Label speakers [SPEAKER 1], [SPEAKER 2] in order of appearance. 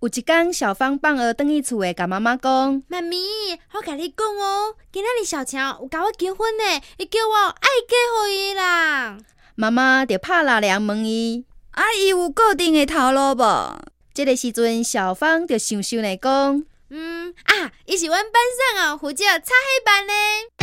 [SPEAKER 1] 有一天，小芳放学转去厝诶，甲妈妈讲，
[SPEAKER 2] 妈咪，我甲你讲哦，今仔日小强有甲我求婚呢，伊叫我爱嫁互伊啦。
[SPEAKER 1] 妈妈就拍拉铃问伊。
[SPEAKER 3] 啊，伊有固定的头路无？
[SPEAKER 1] 这个时阵，小芳就想想来讲，
[SPEAKER 2] 嗯啊，伊是阮班上哦，负责擦黑板的。